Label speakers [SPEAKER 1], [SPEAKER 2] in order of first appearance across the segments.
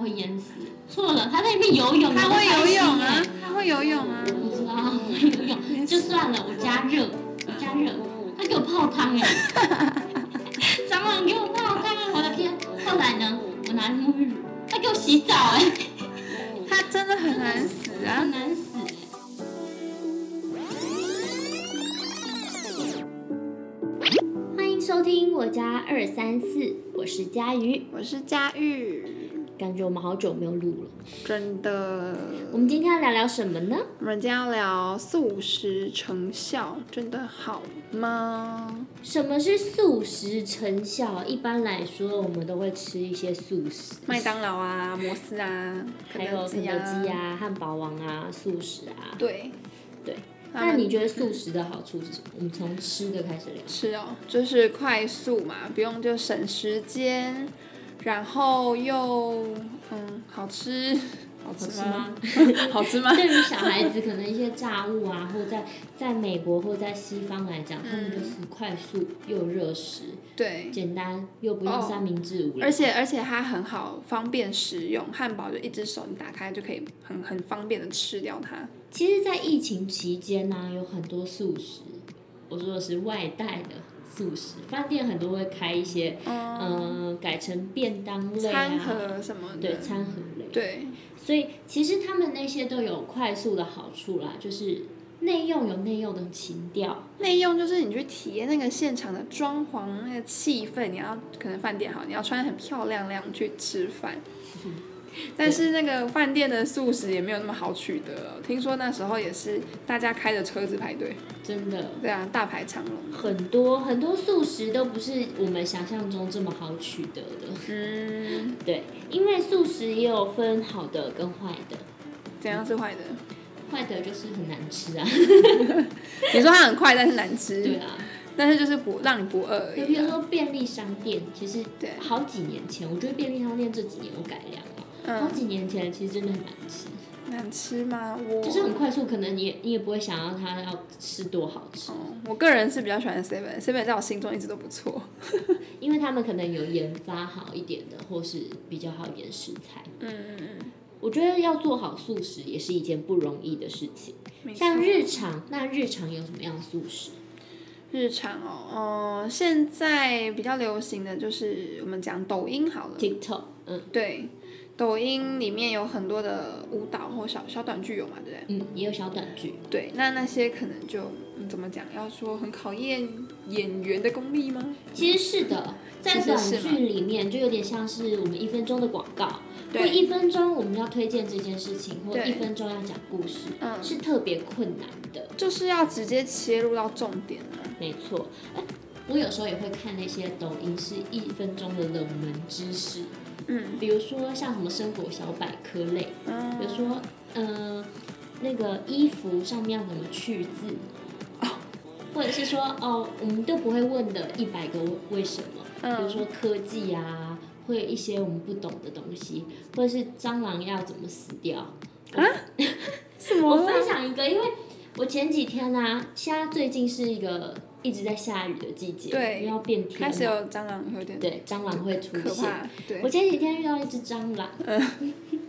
[SPEAKER 1] 会淹死。错了，他在里面游泳，
[SPEAKER 2] 他
[SPEAKER 1] 你不
[SPEAKER 2] 会
[SPEAKER 1] 开
[SPEAKER 2] 游
[SPEAKER 1] 心
[SPEAKER 2] 泳
[SPEAKER 1] 耶
[SPEAKER 2] 啊，他会游泳啊。
[SPEAKER 1] 我知道他会游泳，就算了，我加热，我加热，他给我泡汤哎、 蟑螂给我泡汤啊！我的天！后来呢，我拿沐浴乳，他给我洗澡哎、
[SPEAKER 2] 他真的很难死啊
[SPEAKER 1] 很！难死哎、
[SPEAKER 3] 欢迎收听我家二三四，我是佳瑜。
[SPEAKER 2] 我是佳玉，
[SPEAKER 3] 感觉我们好久没有录了，
[SPEAKER 2] 真的。
[SPEAKER 3] 我们今天要聊聊什么呢？
[SPEAKER 2] 我们今天要聊素食成效，真的好吗？
[SPEAKER 3] 什么是素食成效？一般来说，我们都会吃一些素食，
[SPEAKER 2] 麦当劳啊，摩斯啊，
[SPEAKER 3] 还有肯
[SPEAKER 2] 基
[SPEAKER 3] 德基。啊、汉堡王啊、素食啊。
[SPEAKER 2] 对，
[SPEAKER 3] 对，
[SPEAKER 2] 他
[SPEAKER 3] 那
[SPEAKER 2] 们
[SPEAKER 3] 你觉得素食的好处是什么？我们从吃的开始聊。
[SPEAKER 2] 是哦，就是快速嘛，不用就省时间，然后又嗯好吃，好
[SPEAKER 3] 吃
[SPEAKER 2] 吃
[SPEAKER 3] 吗
[SPEAKER 2] 吗？好吃吗？
[SPEAKER 3] 对于小孩子，可能一些炸物啊，或在在美国或在西方来讲，他们就是快速又热食，
[SPEAKER 2] 嗯对，
[SPEAKER 3] 简单又不用
[SPEAKER 2] 哦
[SPEAKER 3] 三明治无聊。
[SPEAKER 2] 而且而且它很好方便食用，汉堡就一只手你打开就可以很很方便的吃掉它。
[SPEAKER 3] 其实，在疫情期间呢、有很多素食，我说的是外带的素食，饭店很多会开一些，嗯、改成便当类
[SPEAKER 2] 餐
[SPEAKER 3] 啊，
[SPEAKER 2] 盒什么
[SPEAKER 3] 对，
[SPEAKER 2] 的，
[SPEAKER 3] 餐盒类。
[SPEAKER 2] 对
[SPEAKER 3] 所以其实他们那些都有快速的好处啦，就是内用有内用的情调，
[SPEAKER 2] 内用就是你去体验那个现场的装潢那个气氛，你要可能饭店好，你要穿得很漂亮亮去 吃饭。但是那个饭店的素食也没有那么好取得了，听说那时候也是大家开着车子排队，
[SPEAKER 3] 真的。
[SPEAKER 2] 对啊，大排长龙。
[SPEAKER 3] 很多很多素食都不是我们想象中这么好取得的，
[SPEAKER 2] 嗯，
[SPEAKER 3] 对，因为素食也有分好的跟坏的，
[SPEAKER 2] 怎样是坏的？
[SPEAKER 3] 坏的就是很难吃啊，
[SPEAKER 2] 你说它很快，但是难
[SPEAKER 3] 对
[SPEAKER 2] 吃，
[SPEAKER 3] 啊，
[SPEAKER 2] 但是就是不让你不饿而
[SPEAKER 3] 就
[SPEAKER 2] 已
[SPEAKER 3] 比如
[SPEAKER 2] 啊。
[SPEAKER 3] 说便利商店，其实
[SPEAKER 2] 对
[SPEAKER 3] 好几年前，我觉得便利商店这几年有改良了、好
[SPEAKER 2] 嗯，
[SPEAKER 3] 几年前其实真的很难吃，
[SPEAKER 2] 难吃吗？我
[SPEAKER 3] 就是很快速，可能你也你也不会想要它要吃多好吃，
[SPEAKER 2] 哦我个人是比较喜欢 Seven，Seven 在我心中一直都不错。
[SPEAKER 3] 因为他们可能有研发好一点的，或是比较好一点的食材。
[SPEAKER 2] 嗯嗯嗯，
[SPEAKER 3] 我觉得要做好素食也是一件不容易的事情。
[SPEAKER 2] 没错
[SPEAKER 3] 像日常，那日常有什么样的素食？
[SPEAKER 2] 日常哦，嗯、现在比较流行的就是我们讲抖音好了，
[SPEAKER 3] TikTok，嗯
[SPEAKER 2] 对，抖音里面有很多的舞蹈或小小短剧有嘛，对不对？
[SPEAKER 3] 嗯，也有小短剧，
[SPEAKER 2] 对，那那些可能就、嗯、怎么讲，要说很考验演员的功力吗？
[SPEAKER 3] 其实是的，在
[SPEAKER 2] 其实
[SPEAKER 3] 短
[SPEAKER 2] 是吗
[SPEAKER 3] 剧里面就有点像是我们一分钟的广告，或
[SPEAKER 2] 对
[SPEAKER 3] 一分钟我们要推荐这件事情，或
[SPEAKER 2] 对
[SPEAKER 3] 一分钟要讲故事，
[SPEAKER 2] 嗯
[SPEAKER 3] 是特别困难的。
[SPEAKER 2] 就是要直接切入到重点啊。
[SPEAKER 3] 没错，哎，我有时候也会看那些抖音是一分钟的冷门知识，
[SPEAKER 2] 嗯
[SPEAKER 3] 比如说像什么生活小百科类，
[SPEAKER 2] 嗯，
[SPEAKER 3] 比如说，嗯，那个衣服上面要怎么去字，
[SPEAKER 2] 哦
[SPEAKER 3] 或者是说，哦，我们都不会问的一百个为什么，
[SPEAKER 2] 嗯
[SPEAKER 3] 比如说科技啊，会有一些我们不懂的东西，或者是蟑螂要怎么死掉。
[SPEAKER 2] 什
[SPEAKER 3] 我
[SPEAKER 2] 么啊？
[SPEAKER 3] 分享一个，因为我前几天啊，现在最近是一个一直在下雨的季节，
[SPEAKER 2] 对
[SPEAKER 3] 因为要变天
[SPEAKER 2] 开始
[SPEAKER 3] 嘛，
[SPEAKER 2] 有蟑螂，有点
[SPEAKER 3] 对，蟑螂会出
[SPEAKER 2] 可
[SPEAKER 3] 现。
[SPEAKER 2] 怕。对嗯
[SPEAKER 3] 我，前几天遇到一只蟑螂，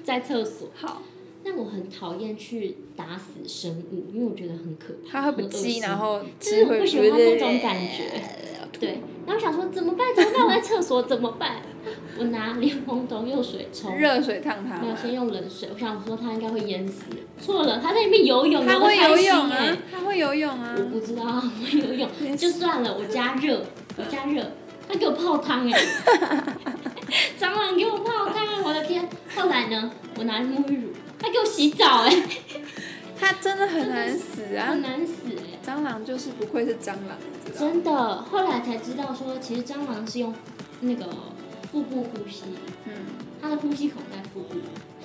[SPEAKER 3] 在厕所。
[SPEAKER 2] 好。
[SPEAKER 3] 但我很讨厌去打死生物，因为我觉得很可怕。
[SPEAKER 2] 它会不
[SPEAKER 3] 很恶
[SPEAKER 2] 羁，
[SPEAKER 3] 心
[SPEAKER 2] 然后
[SPEAKER 3] 就是
[SPEAKER 2] 吃
[SPEAKER 3] 我
[SPEAKER 2] 会
[SPEAKER 3] 不喜欢那种感觉。对，然后想说怎么办？怎么办？我在厕所怎么办？我拿 柠檬桶用水冲，
[SPEAKER 2] 热水烫它
[SPEAKER 3] 没有
[SPEAKER 2] 嘛，
[SPEAKER 3] 先用冷水。我想说它应该会淹死，错了，它在里面游泳，
[SPEAKER 2] 它
[SPEAKER 3] 我会
[SPEAKER 2] 会游
[SPEAKER 3] 开心
[SPEAKER 2] 泳
[SPEAKER 3] 欸
[SPEAKER 2] 啊，它会游泳啊
[SPEAKER 3] 我，不知道它会游 泳，就算了，我加热，我加热，它给我泡汤 哎、蟑螂给我泡汤啊！我的天！后来呢，我拿沐浴乳，它给我洗澡哎、
[SPEAKER 2] 它真的很难死啊
[SPEAKER 3] 很！难死哎、
[SPEAKER 2] 蟑螂就是不愧是蟑螂，你知道吗？
[SPEAKER 3] 真的，后来才知道说，其实蟑螂是用那个腹部呼吸，
[SPEAKER 2] 嗯，
[SPEAKER 3] 它的呼吸孔在腹部，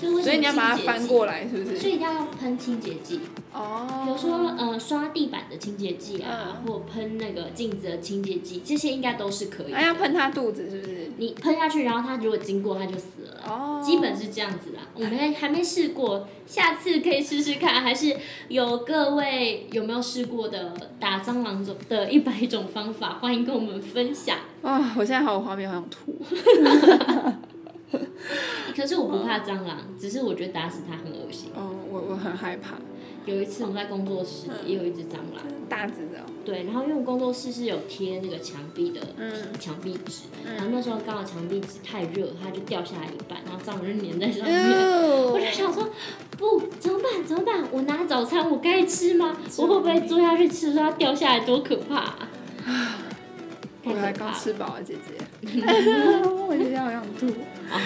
[SPEAKER 3] 所以为什么
[SPEAKER 2] 所以你要把它翻过来，是不
[SPEAKER 3] 清洁剂，所
[SPEAKER 2] 是？
[SPEAKER 3] 以一定要喷清洁剂，
[SPEAKER 2] 哦，
[SPEAKER 3] 比如说呃刷地板的清洁剂啊，
[SPEAKER 2] 嗯
[SPEAKER 3] 或喷那个镜子的清洁剂，这些应该都是可以的。
[SPEAKER 2] 哎，要喷它肚子是不是？
[SPEAKER 3] 你喷下去，然后它如果经过，它就死了。
[SPEAKER 2] 哦，
[SPEAKER 3] 基本是这样子啦，我们还还没试过，下次可以试试看。还是有各位有没有试过的打蟑螂种的一百种方法，欢迎跟哦我们分享。
[SPEAKER 2] 啊，我现在好有画面，好想吐。
[SPEAKER 3] 可是我不怕蟑螂，只是我觉得打死它很恶心。
[SPEAKER 2] 哦，我我很害怕，
[SPEAKER 3] 有一次我们在工作室
[SPEAKER 2] 嗯
[SPEAKER 3] 也有一只蟑螂，
[SPEAKER 2] 就是大只的哦、
[SPEAKER 3] 对，然后因为我工作室是有贴那个墙壁的
[SPEAKER 2] 嗯
[SPEAKER 3] 墙壁纸，然后
[SPEAKER 2] 嗯，
[SPEAKER 3] 那时候刚好墙壁纸太热，它就掉下来一半，然后蟑螂就粘在
[SPEAKER 2] 嗯
[SPEAKER 3] 上面。 我就
[SPEAKER 2] 哎
[SPEAKER 3] 想说，不，怎么办？怎么办？我拿早餐，我该吃吗？我会不会坐下去吃的时候它掉下来？多可怕、啊！
[SPEAKER 2] 呦，我
[SPEAKER 3] 太
[SPEAKER 2] 才
[SPEAKER 3] 可怕
[SPEAKER 2] 刚
[SPEAKER 3] 了！
[SPEAKER 2] 吃饱啊，姐姐，我有点好想吐。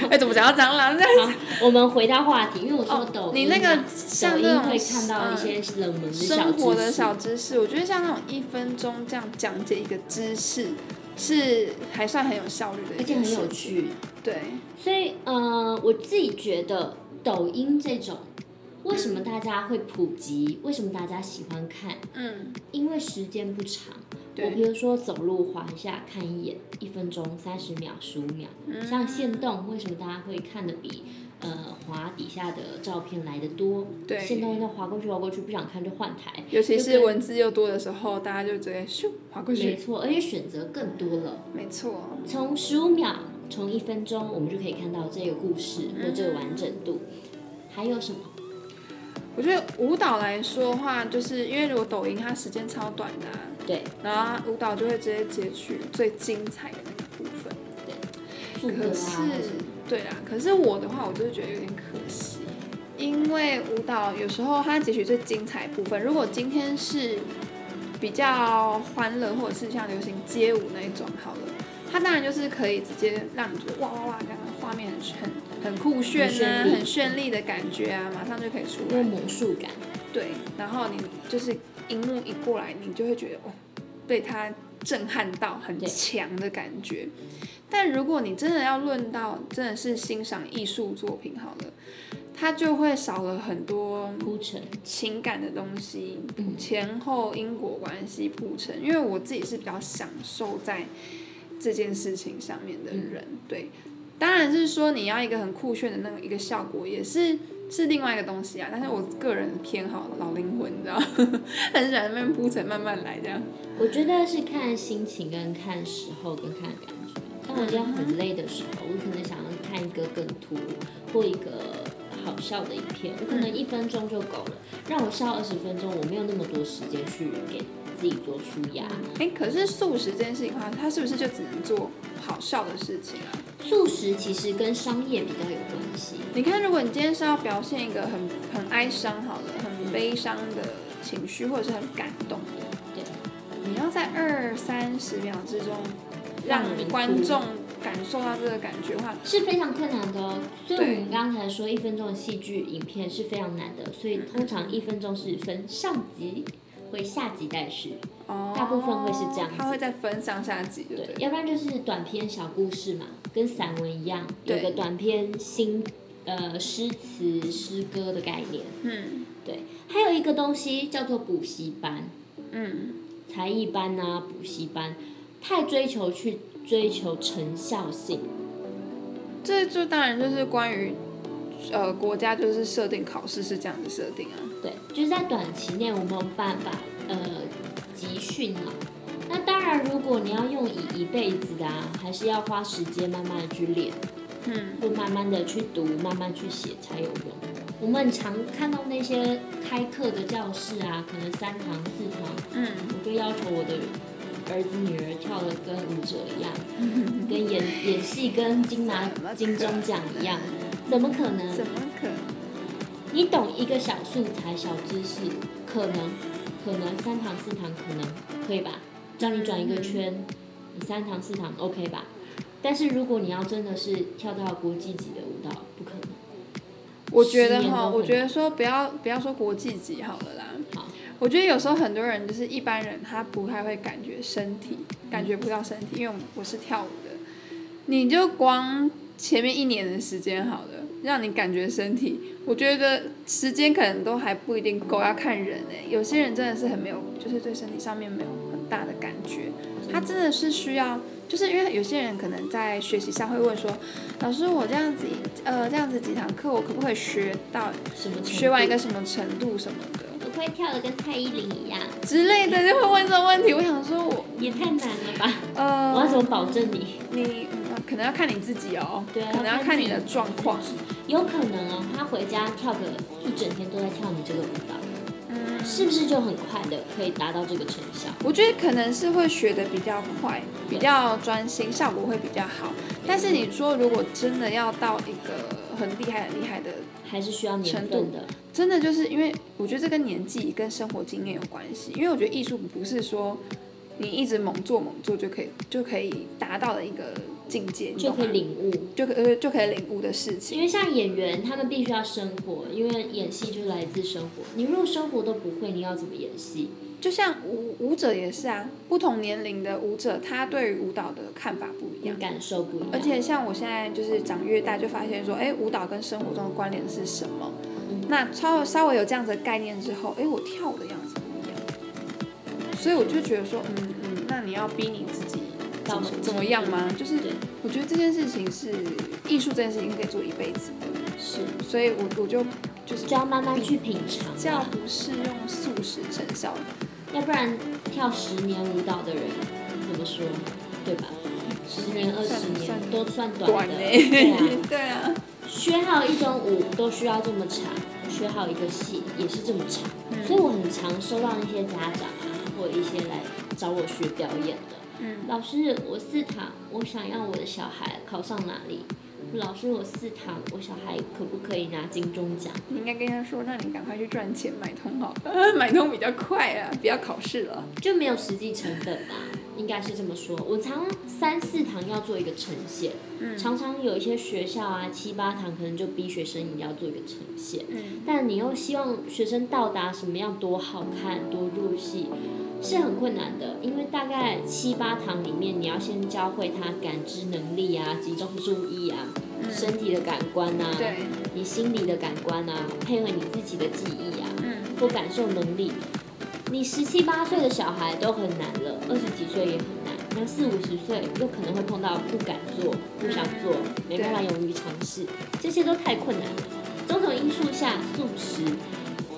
[SPEAKER 2] 哎、怎么讲到蟑螂？这样
[SPEAKER 3] 好，我们回到话题，因为我说抖
[SPEAKER 2] 哦，
[SPEAKER 3] 音
[SPEAKER 2] 你
[SPEAKER 3] 嘛、
[SPEAKER 2] 那个像
[SPEAKER 3] 抖
[SPEAKER 2] 那
[SPEAKER 3] 音
[SPEAKER 2] 种嗯
[SPEAKER 3] 会看到一些冷门的小
[SPEAKER 2] 生活的
[SPEAKER 3] 知识
[SPEAKER 2] 小知识，我觉得像那种一分钟这样讲解一个知识，是还算很有效率的，
[SPEAKER 3] 而且很有。趣。
[SPEAKER 2] 对，
[SPEAKER 3] 所以，呃，我自己觉得抖音这种，为什么大家会普及？为什么大家喜欢看？
[SPEAKER 2] 嗯，
[SPEAKER 3] 因为时间不长。我比
[SPEAKER 2] 对，
[SPEAKER 3] 如说走路滑一下，看一眼，一分钟、三十秒、十五秒，
[SPEAKER 2] 嗯
[SPEAKER 3] 像限动，为什么大家会看的比呃滑底下的照片来的多？
[SPEAKER 2] 对
[SPEAKER 3] 限动一下滑过去滑过去，不想看就换台。
[SPEAKER 2] 尤其
[SPEAKER 3] 哎就是
[SPEAKER 2] 文字又多的时候，大家就直接咻划过
[SPEAKER 3] 没
[SPEAKER 2] 去。
[SPEAKER 3] 错，而且选择更多了，
[SPEAKER 2] 没错，
[SPEAKER 3] 从十五秒，从一分钟，我们就可以看到这个故事或这个完整度。还有什么？
[SPEAKER 2] 我觉得舞蹈来说的话，就是因为如果抖音它时间超短的、啊，
[SPEAKER 3] 对
[SPEAKER 2] 然后舞蹈就会直接截取最精彩的那个部分。
[SPEAKER 3] 副歌
[SPEAKER 2] 可
[SPEAKER 3] 啊
[SPEAKER 2] 是
[SPEAKER 3] 或什么，
[SPEAKER 2] 对啦，可是我的话，我就是觉得有点可惜，因为舞蹈有时候它截取最精彩的部分。如果今天是比较欢乐，或者是像流行街舞那一种好了，它当然就是可以直接让你觉得哇哇哇，这样的画面很很很酷炫
[SPEAKER 3] 很绚
[SPEAKER 2] 啊，
[SPEAKER 3] 丽
[SPEAKER 2] 很绚丽的感觉啊，马上就可以出
[SPEAKER 3] 有
[SPEAKER 2] 来。
[SPEAKER 3] 魔术感，
[SPEAKER 2] 对，然后你就是荧幕一过来，你就会觉得哦，被它震撼到，很
[SPEAKER 3] 对
[SPEAKER 2] 强的感觉。但如果你真的要论到真的是欣赏艺术作品好了，它就会少了很多
[SPEAKER 3] 铺陈。
[SPEAKER 2] 情感的东西，
[SPEAKER 3] 嗯
[SPEAKER 2] 前后因果关系铺陈。因为我自己是比较享受在这件事情上面的人，对。当然是说你要一个很酷炫的那个一个效果，也是是另外一个东西啊。但是我个人偏好老灵魂，你知道， 很喜欢那边铺陈，慢慢来这样。
[SPEAKER 3] 我觉得是看心情、跟看时候、跟看感觉。当我今天很累的时候，我可能想要看一个梗图或一个好笑的影片，我可能一分钟就够了，让我笑二十分钟，我没有那么多时间去给自己做舒压。
[SPEAKER 2] 哎、可是素食这件事情的话，它是不是就只能做好笑的事情啊？
[SPEAKER 3] 素食其实跟商业比较有关系，
[SPEAKER 2] 你看，如果你今天是要表现一个很很哀伤好了，很悲伤的情绪，或者是很感动的，
[SPEAKER 3] 对，
[SPEAKER 2] 你要在二三十秒之中让
[SPEAKER 3] 让人
[SPEAKER 2] 观
[SPEAKER 3] 哭
[SPEAKER 2] 众感受到这个感觉的话，
[SPEAKER 3] 嗯是非常困难的哦。所以我
[SPEAKER 2] 对
[SPEAKER 3] 们刚才说一分钟的戏剧影片是非常难的，所
[SPEAKER 2] 嗯
[SPEAKER 3] 以通常一分钟是分上集为下集待续。
[SPEAKER 2] 哦，
[SPEAKER 3] 大部分会是这样子
[SPEAKER 2] 它会再分上下集，对不
[SPEAKER 3] 对
[SPEAKER 2] 对？，
[SPEAKER 3] 要不然就是短篇小故事嘛，跟散文一样，有
[SPEAKER 2] 对
[SPEAKER 3] 个短篇新呃诗词诗歌的概念。
[SPEAKER 2] 嗯
[SPEAKER 3] 对，还有一个东西叫做补习班、
[SPEAKER 2] 嗯，
[SPEAKER 3] 才艺班啊，补习班太追求去追求成效性，
[SPEAKER 2] 这就当然就是关于呃国家就是设定考试是这样子设定啊，
[SPEAKER 3] 对，就是在短期内我们有办法呃集训嘛。那当然，如果你要用以一辈子的啊，还是要花时间慢慢的去练。
[SPEAKER 2] 嗯
[SPEAKER 3] 会慢慢的去读，慢慢去写才有用。我们很常看到那些开课的教室啊，可能三堂四堂，
[SPEAKER 2] 嗯，
[SPEAKER 3] 我就要求我的儿子女儿跳的跟舞者一样，跟演演戏跟金拿
[SPEAKER 2] 怎么可能
[SPEAKER 3] 金钟奖一样，怎么可能
[SPEAKER 2] 怎？么可能？
[SPEAKER 3] 你懂一个小素材、小知识，可能可能三堂四堂可能可以吧，教你转一个圈，你三堂四堂 OK 吧？但是如果你要真的是跳到国际级的舞蹈，不可能。
[SPEAKER 2] 我觉得
[SPEAKER 3] 十年都
[SPEAKER 2] 哈，我
[SPEAKER 3] 很
[SPEAKER 2] 觉得说不要不要说国际级好了啦
[SPEAKER 3] 好。
[SPEAKER 2] 我觉得有时候很多人就是一般人，他不太会感觉身体，感觉不到身体，因为我们我是跳舞的，你就光前面一年的时间好了，让你感觉身体，我觉得时间可能都还不一定够，要看人诶、有些人真的是很没有，就是对身体上面没有很大的感觉，他真的是需要，就是因为有些人可能在学习上会问说，老师我这样子呃这样子几堂课我可不可以学到
[SPEAKER 3] 什么程度
[SPEAKER 2] 学完一个什么程度什么的
[SPEAKER 3] 我会跳的跟蔡依林一样，
[SPEAKER 2] 之类的，就会问这种问题。我想说我
[SPEAKER 3] 也太难了吧？
[SPEAKER 2] 呃，
[SPEAKER 3] 我要怎么保证你？
[SPEAKER 2] 你嗯可能要看你自己哦，
[SPEAKER 3] 对
[SPEAKER 2] 可能要看你的状况。
[SPEAKER 3] 有可能啊，他回家跳个一整天都在跳你这个舞蹈，
[SPEAKER 2] 嗯，
[SPEAKER 3] 是不是就很快的可以达到这个成效？
[SPEAKER 2] 我觉得可能是会学的比较快，比
[SPEAKER 3] 对
[SPEAKER 2] 较专心，效果会比较好。但是你说如果真的要到一个很厉害、很厉害的，
[SPEAKER 3] 还是需要年
[SPEAKER 2] 程度
[SPEAKER 3] 份的，
[SPEAKER 2] 真的就是因为我觉得这跟年纪跟生活经验有关系。因为我觉得艺术不是说你一直猛做猛做就可以就可以达到的一个境界，你
[SPEAKER 3] 就
[SPEAKER 2] 懂
[SPEAKER 3] 可以
[SPEAKER 2] 吗？
[SPEAKER 3] 领悟。
[SPEAKER 2] 就可呃就可以领悟的事情。
[SPEAKER 3] 因为像演员，他们必须要生活，因为演戏就来自生活。你如果生活都不会，你要怎么演戏？
[SPEAKER 2] 就像舞舞者也是啊，不同年龄的舞者，他对于舞蹈的看法不一
[SPEAKER 3] 你
[SPEAKER 2] 样。
[SPEAKER 3] 感受不一样。
[SPEAKER 2] 而且像我现在就是长越大，就发现说，哎，舞蹈跟生活中的关联是什么？
[SPEAKER 3] 嗯
[SPEAKER 2] 那稍稍微有这样子的概念之后，哎，我跳舞的样子不一样，所以我就觉得说，嗯嗯，那你要逼你自己怎
[SPEAKER 3] 到什
[SPEAKER 2] 么
[SPEAKER 3] 么程度
[SPEAKER 2] 怎么样吗？就是
[SPEAKER 3] 对
[SPEAKER 2] 我觉得这件事情是艺术，这件事情是可以做一辈子的，
[SPEAKER 3] 是，
[SPEAKER 2] 所以我我就就是
[SPEAKER 3] 就要慢慢去品尝啊、
[SPEAKER 2] 这样不是用速食成效的。
[SPEAKER 3] 要不然跳十年舞蹈的人怎么说，对吧？十年、二十
[SPEAKER 2] 算
[SPEAKER 3] 年都算
[SPEAKER 2] 短
[SPEAKER 3] 短的，
[SPEAKER 2] 欸
[SPEAKER 3] 对 啊。
[SPEAKER 2] 对啊，
[SPEAKER 3] 学好一种舞都需要这么长，学好一个戏也是这么长，所以我很常收到那些家长啊，或者一些来找我学表演的，
[SPEAKER 2] 嗯
[SPEAKER 3] 老师，我四堂，我想要我的小孩考上哪里？老师，我四堂，我小孩可不可以拿金钟奖？
[SPEAKER 2] 你应该跟他说，那你赶快去赚钱买通好了， 买通比较快啊，不要考试了。
[SPEAKER 3] 就没有实际成本吧，应该是这么说。我常三四堂要做一个呈现，
[SPEAKER 2] 嗯
[SPEAKER 3] 常常有一些学校啊，七八堂可能就逼学生一定要做一个呈现，
[SPEAKER 2] 嗯，
[SPEAKER 3] 但你又希望学生到达什么样多好看、多入戏，是很困难的，因为大概七八堂里面，你要先教会他感知能力啊、集中注意啊、身体的感官啊、
[SPEAKER 2] 嗯对，
[SPEAKER 3] 你心理的感官啊，配合你自己的记忆啊，
[SPEAKER 2] 嗯，
[SPEAKER 3] 或感受能力。你十七八岁的小孩都很难了，二十几岁也很难，那四五十岁又可能会碰到不敢做、不想做、
[SPEAKER 2] 嗯
[SPEAKER 3] 没办法勇于尝试，这些都太困难了。种种因素下，素食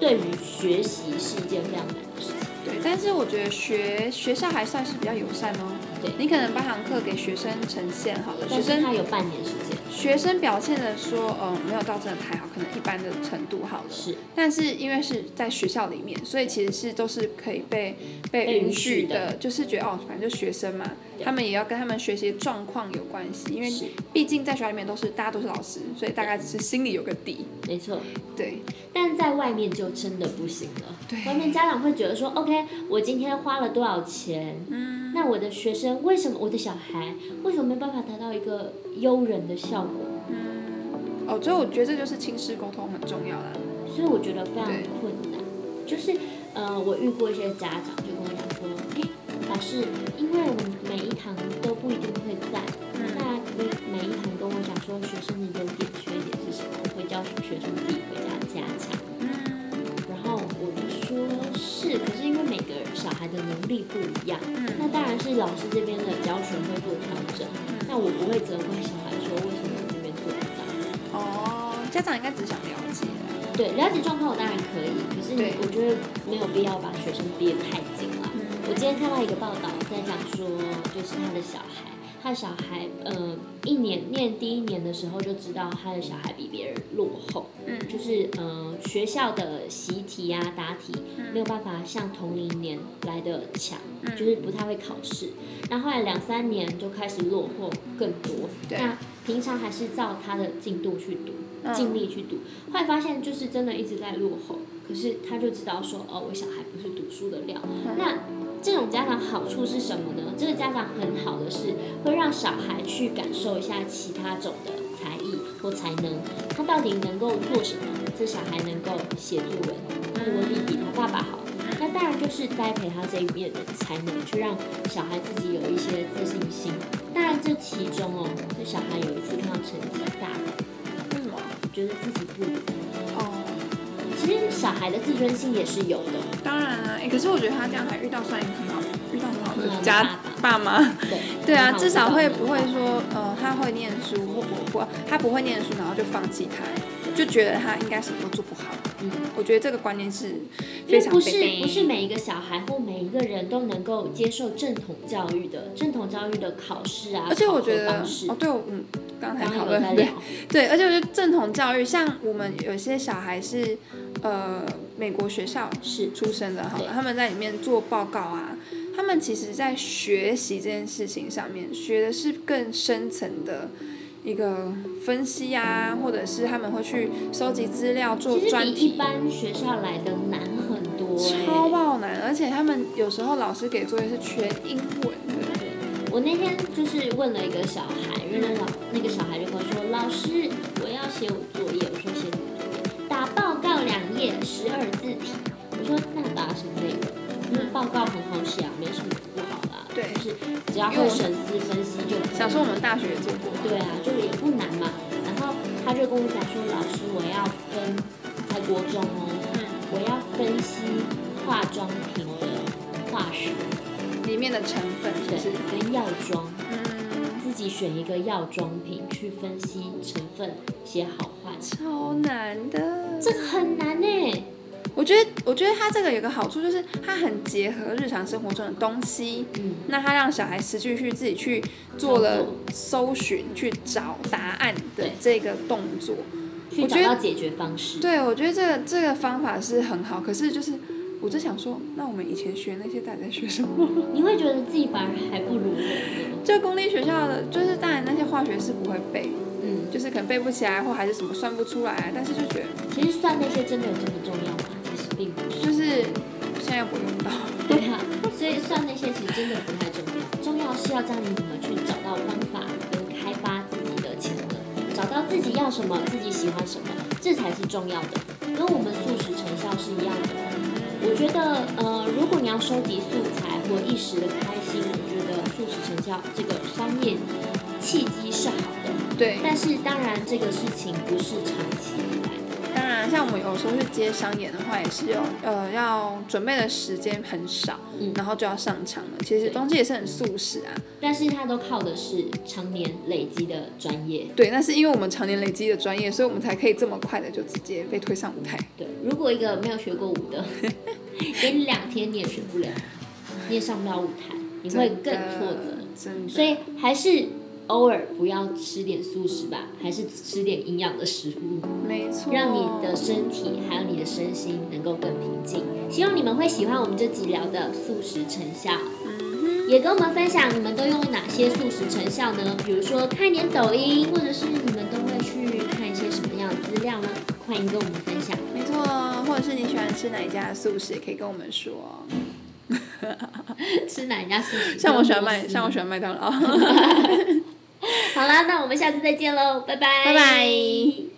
[SPEAKER 3] 对于学习是一件非常难的事情。
[SPEAKER 2] 对。但是我觉得学学校还算是比较友善哦。
[SPEAKER 3] 对
[SPEAKER 2] 你可能八堂课给学生呈现好了，学
[SPEAKER 3] 但是
[SPEAKER 2] 生
[SPEAKER 3] 他有半年时间，
[SPEAKER 2] 学生表现的说，嗯，没有到真的太好，可能一般的程度好了。
[SPEAKER 3] 是
[SPEAKER 2] 但是因为是在学校里面，所以其实是都是可以被被
[SPEAKER 3] 被
[SPEAKER 2] 允
[SPEAKER 3] 允
[SPEAKER 2] 许
[SPEAKER 3] 许
[SPEAKER 2] 的，
[SPEAKER 3] 的
[SPEAKER 2] 就是觉得哦，反正就学生嘛，
[SPEAKER 3] 对
[SPEAKER 2] 他们也要跟他们学习的状况有关系，因为
[SPEAKER 3] 是
[SPEAKER 2] 毕竟在学校里面都是大家都是老师，所以大概只是心里有个底。
[SPEAKER 3] 没错。
[SPEAKER 2] 对，
[SPEAKER 3] 但在外面就真的不行了。
[SPEAKER 2] 对
[SPEAKER 3] 外面家长会觉得说，OK，我今天花了多少钱？嗯，那我的学生为什么我的小孩为什么没办法达到一个诱人的效果？
[SPEAKER 2] 哦，所以我觉得这就是亲师沟通很重要啦。
[SPEAKER 3] 所以我觉得非常
[SPEAKER 2] 对
[SPEAKER 3] 困难。就是，呃，我遇过一些家长就跟我讲说，嘿，老师，因为我每一堂都不一定会在，
[SPEAKER 2] 嗯
[SPEAKER 3] 那可不可以每一堂跟我讲说学生的优点、缺点是什么？我会教学生自己回家加强。
[SPEAKER 2] 嗯
[SPEAKER 3] 然后我就说是，可是因为每个小孩的能力不一样，
[SPEAKER 2] 嗯
[SPEAKER 3] 那当然是老师这边的教学会做调整。那我不会责怪小孩说为什么我这边做不到。
[SPEAKER 2] 哦，家长应该只想了解啦。
[SPEAKER 3] 对，了解状况我当然可以，可是
[SPEAKER 2] 对
[SPEAKER 3] 我觉得没有必要把学生逼得太紧了。
[SPEAKER 2] 嗯
[SPEAKER 3] 我今天看到一个报道在讲说，就是他的小孩，他的小孩，呃，一年念第一年的时候就知道他的小孩比别人落后，
[SPEAKER 2] 嗯
[SPEAKER 3] 就是呃学校的习题啊、答题
[SPEAKER 2] 嗯
[SPEAKER 3] 没有办法像同龄年来的强，
[SPEAKER 2] 嗯
[SPEAKER 3] 就是不太会考试。那后来两三年就开始落后更多，
[SPEAKER 2] 对
[SPEAKER 3] 那平常还是照他的进度去读，
[SPEAKER 2] 嗯
[SPEAKER 3] 尽力去读。后来发现就是真的一直在落后，可是他就知道说，哦，我小孩不是读书的料。
[SPEAKER 2] 嗯
[SPEAKER 3] 那这种家长好处是什么呢？这个家长很好的是会让小孩去感受一下其他种的才艺或才能，他到底能够做什么？这小孩能够写作文，他的文笔比他爸爸好，那当然就是栽培他这一面的才能，去让小孩自己有一些自信心。当然，这其中哦，这小孩有一次看到成绩大鼓，
[SPEAKER 2] 为什么？
[SPEAKER 3] 觉得自己不如。
[SPEAKER 2] 哦，
[SPEAKER 3] 其实小孩的自尊心也是有的，
[SPEAKER 2] 当然啊，哎，可是我觉得他这样还遇到算一个很好，遇到很好
[SPEAKER 3] 很好
[SPEAKER 2] 的
[SPEAKER 3] 的
[SPEAKER 2] 家爸妈。
[SPEAKER 3] 对。
[SPEAKER 2] 对啊，
[SPEAKER 3] 很好
[SPEAKER 2] 至少会
[SPEAKER 3] 知道
[SPEAKER 2] 不会说，呃，他会念书或不不，他不会念书，然后就放弃他，就觉得他应该什么都做不好。嗯，我觉得这个观念是
[SPEAKER 3] 因
[SPEAKER 2] 非
[SPEAKER 3] 为
[SPEAKER 2] 常
[SPEAKER 3] 不
[SPEAKER 2] 被
[SPEAKER 3] 是不是每一个小孩或每一个人都能够接受正统教育的，正统教育的考试啊，
[SPEAKER 2] 而且我
[SPEAKER 3] 考
[SPEAKER 2] 觉
[SPEAKER 3] 核
[SPEAKER 2] 得
[SPEAKER 3] 方式
[SPEAKER 2] 哦，对，我嗯，刚才
[SPEAKER 3] 刚刚
[SPEAKER 2] 讨
[SPEAKER 3] 有
[SPEAKER 2] 论
[SPEAKER 3] 在
[SPEAKER 2] 对
[SPEAKER 3] 聊，
[SPEAKER 2] 对，而且我觉得正统教育，像我们有些小孩是呃美国学校
[SPEAKER 3] 是
[SPEAKER 2] 出身的，好了
[SPEAKER 3] 对，
[SPEAKER 2] 他们在里面做报告啊，他们其实在学习这件事情上面学的是更深层的。一个分析啊，或者是他们会去收集资料做
[SPEAKER 3] 其实
[SPEAKER 2] 专
[SPEAKER 3] 比
[SPEAKER 2] 题
[SPEAKER 3] 一，般学校来的难很多、欸。
[SPEAKER 2] 超爆难。而且他们有时候老师给作业是全英文的，
[SPEAKER 3] 我那天就是问了一个小孩，因为那老那个小孩就跟我说：“老师，我要写我作业。”我说：“写什么作业？打报告两页，十二字体。”我说：“那打什么内容？”因为报告很好写啊，没什么不好啦。
[SPEAKER 2] 嗯对
[SPEAKER 3] 就是只要会审思分析就可以。
[SPEAKER 2] 小时候我们大学也做过、啊。
[SPEAKER 3] 对啊，就也不难嘛。然后他就跟我讲说：“老师，我要分在国中哦，我要分析化妆品的化学，
[SPEAKER 2] 里面的成分就
[SPEAKER 3] 对
[SPEAKER 2] 是，
[SPEAKER 3] 跟药妆。”
[SPEAKER 2] 嗯，
[SPEAKER 3] 自己选一个药妆品去分析成分，写好坏，
[SPEAKER 2] 超难的。
[SPEAKER 3] 这个很难欸呢、
[SPEAKER 2] 我觉得，我觉得它这个有个好处就是它很结合日常生活中的东西，
[SPEAKER 3] 嗯，
[SPEAKER 2] 那它让小孩持续去自己去做了
[SPEAKER 3] 创作
[SPEAKER 2] 搜寻、去找答案的
[SPEAKER 3] 对
[SPEAKER 2] 这个动作。
[SPEAKER 3] 去
[SPEAKER 2] 我
[SPEAKER 3] 找
[SPEAKER 2] 觉
[SPEAKER 3] 到
[SPEAKER 2] 得
[SPEAKER 3] 解决方式。
[SPEAKER 2] 对，我觉得这个这个方法是很好，可是就是我就想说，那我们以前学那些到底在学什么？
[SPEAKER 3] 你会觉得自己反而还不如我
[SPEAKER 2] 就公立学校的，就是当然那些化学是不会背，
[SPEAKER 3] 嗯，
[SPEAKER 2] 就是可能背不起来或还是什么算不出来，但是就觉得
[SPEAKER 3] 其实算那些真的有这么重要吗？其实并不是。
[SPEAKER 2] 就是现在又不用到。
[SPEAKER 3] 对啊，所以算那些其实真的不太重要，重要是要教你怎么去找到方法跟开发自己的潜能，找到自己要什么，自己喜欢什么，这才是重要的，跟我们素食成效是一样的哦。我觉得，呃，如果你要收集素材或一时的开心，我觉得素食成效这个商业契机是好的，
[SPEAKER 2] 对，
[SPEAKER 3] 但是当然这个事情不是长期以来的，
[SPEAKER 2] 当然，像我们有时候去接商演的话，也是有呃要准备的时间很少，
[SPEAKER 3] 嗯
[SPEAKER 2] 然后就要上场了。其实
[SPEAKER 3] 对
[SPEAKER 2] 东西也是很速食啊，
[SPEAKER 3] 但是它都靠的是常年累积的专业。
[SPEAKER 2] 对。那是因为我们常年累积的专业，所以我们才可以这么快的就直接被推上舞台。
[SPEAKER 3] 对，如果一个没有学过舞的， 给你两天你也学不了，你也上不了舞台，你会更挫折。，
[SPEAKER 2] 真的。
[SPEAKER 3] 所以还是偶尔不要吃点素食吧，还是吃点营养的食物，
[SPEAKER 2] 没错，
[SPEAKER 3] 让你的身体还有你的身心能够更平静。希望你们会喜欢我们这集聊的素食成效，
[SPEAKER 2] 嗯
[SPEAKER 3] 也跟我们分享你们都用哪些素食成效呢？比如说看一点抖音，或者是你们都会去看一些什么样的资料呢？欢迎跟我们分享。
[SPEAKER 2] 没错，或者是你喜欢吃哪一家的素食，也可以跟我们说。
[SPEAKER 3] 吃哪一家素食？
[SPEAKER 2] 像我喜欢
[SPEAKER 3] 不
[SPEAKER 2] 麦，
[SPEAKER 3] 要
[SPEAKER 2] 像我喜欢麦当劳。
[SPEAKER 3] 好啦，那我们下次再见喽，拜拜，
[SPEAKER 2] 拜拜。